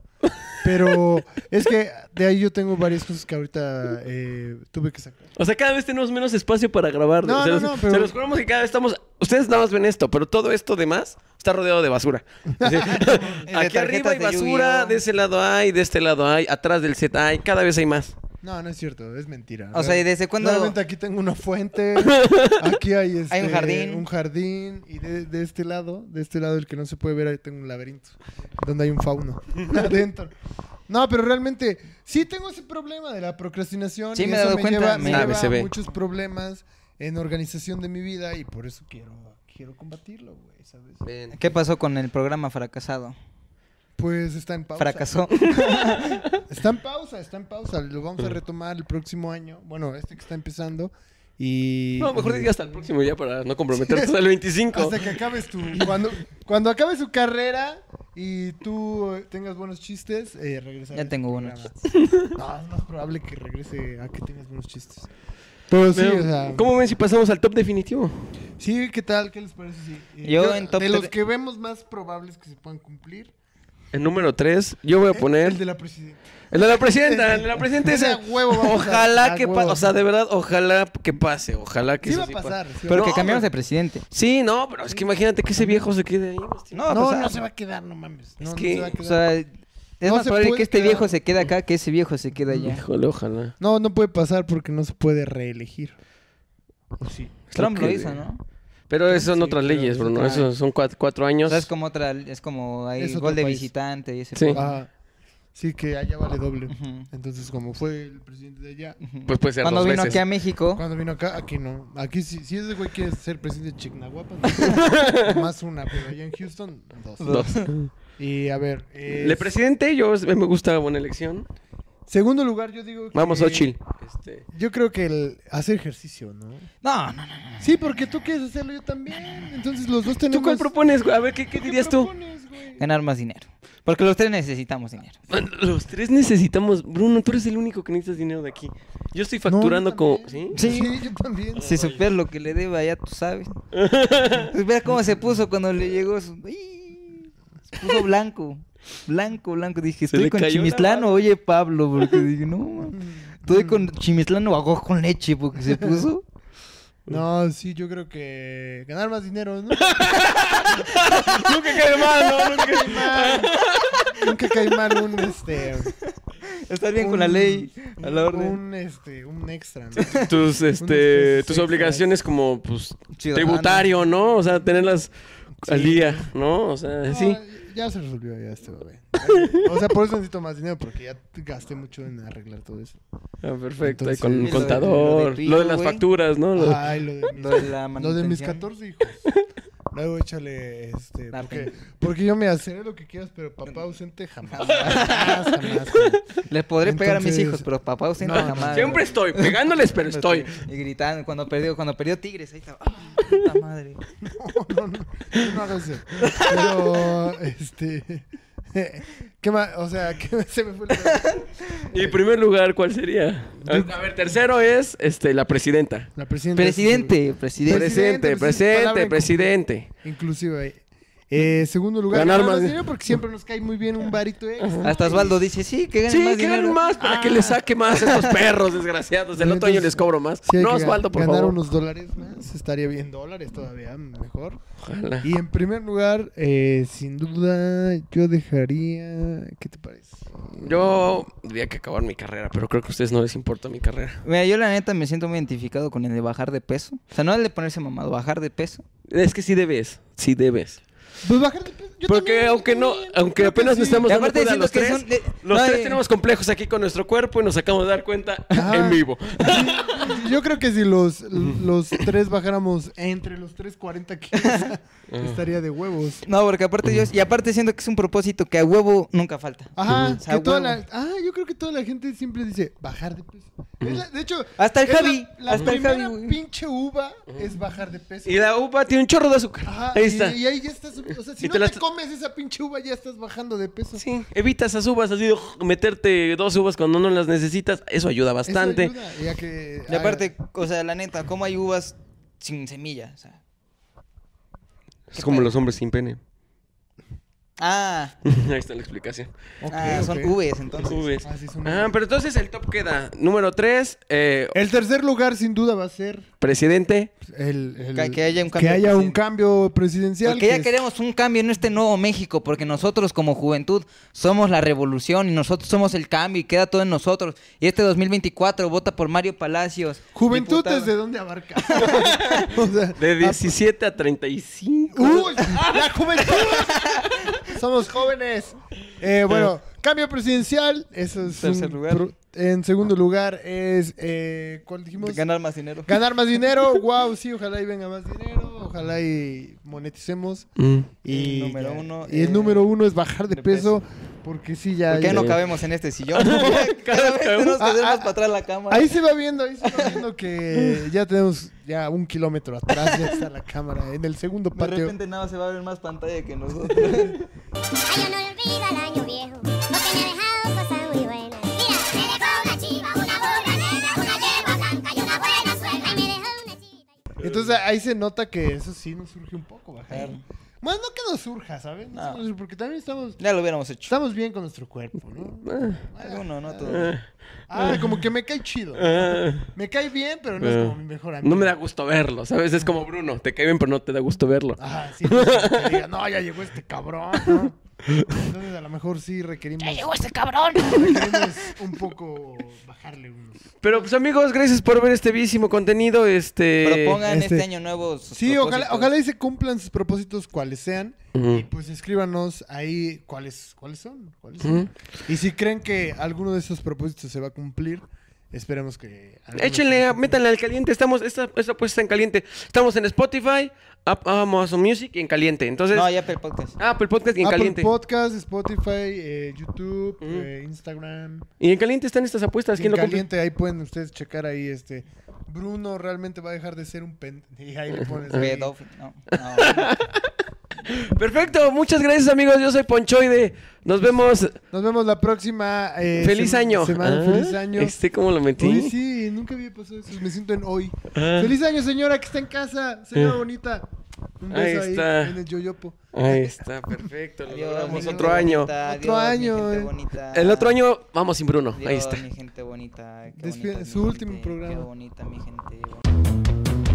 B: Pero es que de ahí yo tengo varias cosas que ahorita eh, tuve que sacar.
A: O sea, cada vez tenemos menos espacio para grabar.
B: No,
A: o sea,
B: no,
A: los-
B: no, pero-
A: Se los juramos que cada vez estamos. Ustedes nada más ven esto, pero todo esto demás está rodeado de basura. Así- Aquí
C: tarjetas
A: arriba hay
C: de
A: basura,
C: Yu-Gi-Oh.
A: de ese lado hay, de este lado hay, atrás del set hay, cada vez hay más.
B: No, no es cierto, es mentira.
C: O sea, ¿y desde cuándo-
B: Realmente aquí tengo una fuente. Aquí hay, este,
C: Hay un jardín.
B: Un jardín. Y de, de este lado, de este lado, el que no se puede ver, ahí tengo un laberinto. Donde hay un fauno. adentro. No, pero realmente sí tengo ese problema de la procrastinación.
C: Sí,
B: y
C: me he
B: eso
C: dado cuenta,
B: Lleva,
C: me-
B: me
A: Ah,
B: lleva
A: se
B: a
A: ve.
B: muchos problemas en organización de mi vida. Y por eso quiero, quiero combatirlo, güey, ¿sabes?
C: ¿Qué pasó con el programa fracasado?
B: Pues está en pausa.
C: Fracasó.
B: Está en pausa, está en pausa. Lo vamos a retomar el próximo año. Bueno, este que está empezando. Y.
A: No, mejor
B: y-
A: diga hasta el próximo ya para no comprometerte hasta el 25.
B: Hasta que acabes tu. Cuando, cuando acabe su carrera y tú eh, tengas buenos chistes, eh, regresarás
C: Ya
B: a
C: tengo
B: este
C: buenos
B: programa. No, es más probable que regrese a que tengas buenos chistes. Pero sí,
A: Pero,
B: o sea.
A: ¿Cómo ven si pasamos al top definitivo?
B: Sí, ¿qué tal? ¿Qué les parece? Sí, eh,
C: Yo en top
B: De los
C: tres-
B: que vemos más probables que se puedan cumplir.
A: El número 3, yo voy a poner.
B: El de la presidenta.
A: El de la presidenta, el de la presidenta es
B: Ese a huevo vamos a-
A: Ojalá
B: a
A: que
B: huevo.
A: pase, o sea, de verdad, ojalá que pase, ojalá que
B: Sí
A: eso
B: va a pasar. sí va
C: Pero
B: a
C: que
B: pasar.
C: cambiamos de presidente.
A: Sí, no, pero es que imagínate que ese viejo se quede ahí. hostia.
C: No,
B: No,
C: pues, ah,
B: no se va a quedar, no mames. No, no
A: que-
B: se va a
C: O
B: quedar.
C: sea, es
B: No
C: más
B: se
C: probable
B: puede
C: que este
B: quedar.
C: viejo se quede acá que ese viejo se quede allá.
A: Híjole, ojalá.
B: No, no puede pasar porque no se puede reelegir. ¿O Pues sí?
A: Es
C: Trump
A: que-
C: lo hizo, ¿no?
A: Pero eso son
B: Sí,
A: otras
B: pero
A: leyes,
B: es
A: Bruno.
B: otra-
A: Eso son cuat- cuatro,
C: O
A: años.
C: sea, es como otra, es como hay
B: Es otro
C: gol de
B: país.
C: visitante y ese
A: Sí.
C: pedo.
B: Ajá. Ah, Sí, que allá vale doble.
C: Ujú.
B: Entonces, como fue el presidente de allá,
A: Pues puede ser
C: Cuando
A: dos
C: vino
A: veces.
C: aquí a México,
B: cuando vino acá, aquí no. Aquí, si, si ese güey quiere ser presidente de Chignahuapan, no. más una, pero allá en Houston, dos.
A: Dos.
B: Y a ver. eh,
A: Le presidente, yo es- me gusta buena elección.
B: Segundo lugar, yo digo. que-
A: Vamos, Ochil. Este,
B: Yo creo que el hacer ejercicio, ¿no?
C: no, no, no, no.
B: Sí, porque tú quieres hacerlo yo también. Entonces, los dos tenemos.
A: ¿Tú cuál propones? güey? A ver, ¿qué, qué dirías tú?
B: propones, güey?
C: ganar más dinero. Porque los tres necesitamos dinero.
A: Los tres necesitamos. Bruno, tú eres el único que necesitas dinero de aquí. Yo estoy
B: No, yo
A: facturando como. ¿Sí?
B: también.
C: ¿Sí?
B: Sí, yo también.
C: Si supieras lo que le deba, ya tú sabes. Supieras cómo se puso cuando le llegó su... ¡Ay! Se puso blanco. Blanco, blanco. Dije,
A: Se
C: estoy
A: le
C: con
A: cayó la
C: Chimislán
A: barba.
C: o oye Pablo. Porque dije, no, man, estoy con Chimislán o hago con leche. Porque se puso.
B: No, sí, yo creo que ganar más dinero, ¿no?
A: Nunca cae mal, ¿no? Nunca cae mal.
B: Nunca cae mal un este.
C: Estar bien
B: un-
C: con la ley. A la orden.
B: Un este, un extra, ¿no?
A: Tus, este,
B: especie
A: tus
B: de-
A: obligaciones como, pues,
C: Ciudadano.
A: tributario, ¿no? O sea, tenerlas al día, ¿no? O sea,
B: No,
A: sí.
B: Ya se resolvió ya este bebé. O sea, por eso necesito más dinero, porque ya gasté mucho en arreglar todo eso.
A: Ah, perfecto.
B: Entonces-
A: y con
B: Y lo
A: el
B: de- Ah,
A: contador.
C: lo
A: Lo de,
C: de tu hijo,
A: las
C: güey.
A: facturas, ¿no? Lo de-
B: Ay, lo de mis,
C: Lo de la
B: lo de mis
C: manutención.
B: 14 hijos. Luego échale, este,
C: La
B: porque,
C: pen-
B: porque yo me haré lo que quieras, pero papá ausente jamás. Jamás, jamás. jamás.
C: Les podré pegar a mis
B: Entonces-
C: hijos, pero papá ausente
B: No, no,
C: jamás.
A: Ah, Siempre estoy pegándoles, pero estoy.
C: Y gritando, cuando perdió, cuando perdió Tigres, ahí estaba. "Ah, puta madre.
B: No, no, no, yo no hago eso. Pero, este, ¿qué más? O sea, ¿qué se me fue? La,
A: Y en primer lugar, ¿cuál sería? A ver, a ver, tercero es este la presidenta.
B: la presidenta.
C: Presidente,
A: Presente,
C: presidente.
B: Presidente, pues,
A: presente,
B: palabra
A: presidente.
B: Inclusive ahí. Eh, segundo lugar,
A: Ganar
B: ganar más
A: más-
B: dinero porque siempre nos cae muy bien un varito extra.
C: Hasta Osvaldo dice, sí, que ganen
A: Sí,
C: más
A: que ganen
C: dinero.
A: más para que les saque más a estos perros desgraciados. El otro año
B: Ah. Entonces,
A: les cobro más.
B: Sí, hay
A: no,
B: que ga-
A: Osvaldo, por
B: ganar
A: favor.
B: unos dólares más, estaría bien dólares todavía, mejor.
A: Ojalá.
B: Y en primer lugar, eh, sin duda, yo dejaría... ¿Qué te parece?
A: Yo diría que acabar mi carrera, pero creo que a ustedes no les importa mi carrera.
C: Mira, yo la neta me siento muy identificado con el de bajar de peso. O sea, no el de ponerse mamado, bajar de peso.
A: Es que sí debes, sí debes.
B: Pues bajar de peso. yo
A: Porque
B: también,
A: aunque
B: yo
A: no,
B: también,
A: aunque
B: creo que
A: apenas
B: sí.
A: nos estamos
C: Y
A: dando
C: aparte
A: cuenta los tres,
C: diciendo que son de-
A: los
C: no,
A: tres
C: eh.
A: tenemos complejos aquí con nuestro cuerpo y nos acabamos de dar cuenta
B: Ajá.
A: en vivo.
B: Yo creo que si los, los tres bajáramos entre los tres 40 kilos,
A: Ah.
B: estaría de huevos.
C: No, porque aparte yo... Y aparte siento que es un propósito que a huevo nunca falta.
B: Ajá,
C: O sea,
B: que toda
C: huevo.
B: la- ah, yo creo que toda la gente siempre dice bajar de peso. Es la- de hecho,
C: Hasta el
B: es la-
C: Javi,
B: La,
C: hasta el Javi,
B: primera
C: güey.
B: pinche uva es bajar de peso.
A: y la uva tiene un chorro de azúcar.
B: Ajá,
A: Ahí
B: y-
A: está.
B: Y, ahí ya estás. O sea,
A: Y
B: si
A: te
B: no te,
A: la est-
B: comes esa pinche uva, ya estás bajando de peso.
A: Sí, evita esas uvas, así de ugh, meterte dos uvas cuando no las necesitas. Eso ayuda
B: Eso
A: bastante.
B: ayuda, ya que,
C: Y aparte, o sea, la neta, ¿cómo hay uvas sin semilla? O sea,
A: Es como los hombres sin pene.
C: ah,
A: Ahí está la explicación.
B: ah, ok,
C: ah, son
B: ok.
C: Vs entonces.
A: Uves.
B: Ah, sí, son
A: Ah,
B: uves.
A: pero entonces el top queda número tres, eh,
B: El tercer lugar, sin duda, va a ser
A: presidente.
B: el. el-
C: Que- que haya un
B: que
C: cambio
B: haya un
C: presidencial.
B: cambio presidencial.
C: Porque
B: que
C: ya
B: es-
C: queremos un cambio en este nuevo México, porque nosotros como juventud somos la revolución y nosotros somos el cambio y queda todo en nosotros. Y este 2024 vota por Mario Palacios.
B: Juventud
C: diputado.
B: desde dónde abarca. O sea,
A: De
B: ah,
A: 17 a 35.
B: ¡Uy! ¡La juventud! Somos jóvenes. Eh, bueno, cambio presidencial. Eso es.
C: Tercer
B: un
C: lugar.
B: pro- en segundo lugar es. Eh, ¿Cuál dijimos?
C: Ganar más dinero.
B: Ganar más dinero. Wow, sí, ojalá y venga más dinero. Ojalá y moneticemos.
A: Mm.
B: Y,
C: El número
B: ya.
C: uno
B: y el
C: es-
B: número uno es bajar de,
C: de
B: peso, Porque sí, ya.
C: Porque ya no
A: Sí.
C: cabemos en este sillón. Cada vez tenemos que hacer
B: Ah, ah,
C: más para atrás la cámara.
B: Ahí se va viendo, ahí se va viendo que ya tenemos ya un kilómetro atrás, ya está la cámara, en el segundo
C: De
B: patio.
C: repente nada más se va a ver más pantalla que nosotros.
D: Ay, yo no olvido el año viejo, porque me ha dejado cosas muy buenas. Mira, me dejó una chiva, una burra negra, una yegua blanca y una buena suegra. Y me dejó una chiva.
B: Entonces ahí se nota que eso sí nos surge un poco bajar. Más no que nos surja, ¿sabes? No
C: No.
B: se nos surge, Porque también estamos,
C: Ya lo hubiéramos hecho.
B: estamos bien con nuestro cuerpo, ¿no?
C: Alguno, no todos.
B: Ah, como que me cae chido. Me cae bien, pero Eh. no es como mi mejor amigo.
A: No me da gusto verlo, ¿sabes? Es como Bruno, te cae bien, pero no te da gusto verlo.
B: Ah, sí, no es como que diga, no, ya llegó este cabrón, ¿no? Entonces a lo mejor sí requerimos... ¡Ya llegó este cabrón! Requerimos un poco bajarle unos...
A: Pero pues amigos, gracias por ver este bellísimo contenido. Este.
C: Propongan este,
B: este-
C: año nuevo. sus
B: Sí, ojalá,
C: propósitos.
B: ojalá y se cumplan sus propósitos cuales sean.
A: Ujú.
B: Y pues escríbanos ahí cuáles, cuáles son. cuáles son. Y si creen que alguno de esos propósitos se va a cumplir, esperemos que... alguno se
A: Échenle,
B: cumpla.
A: métanle al caliente. Estamos, esta, esta pues está en caliente. Estamos en Spotify, App- Amazon Music y en caliente. Entonces,
C: No, ya el podcast.
A: Apple Podcast y en
B: Apple
A: caliente.
B: Podcast, Spotify, eh, YouTube,
A: Ujú.
B: eh, Instagram.
A: Y en caliente están estas apuestas.
B: Y
A: ¿Quién
B: en
A: lo cumple?
B: caliente, ahí pueden ustedes checar ahí este... Bruno realmente va a dejar de ser un pen... Y ahí le pones... ahí.
C: Pedófilo, No, no.
A: Perfecto, muchas gracias amigos. Yo soy Ponchoide. Nos vemos.
B: Nos vemos la próxima... eh,
A: feliz
B: sema-
A: año.
B: Eh, Semana,
A: Ah,
B: feliz año.
A: Este, ¿cómo lo metí?
B: Oye, sí, nunca había pasado eso. Me siento en hoy.
A: Ah.
B: Feliz año, señora, que está en casa. Señora bonita. Un
A: Eh. Ahí
B: beso ahí,
A: está.
B: en el yoyopo.
A: Ahí está, perfecto. Lo
C: Adiós, mi
A: logramos
C: gente
A: otro año.
C: bonita,
B: Otro
C: adiós, mi
B: año,
C: gente
B: eh.
C: bonita.
A: El otro año vamos sin Bruno.
C: Adiós,
A: Ahí está.
C: mi gente bonita. qué
B: Despe-
C: bonita es mi
B: su último
C: gente,
B: programa.
C: Qué bonita mi gente.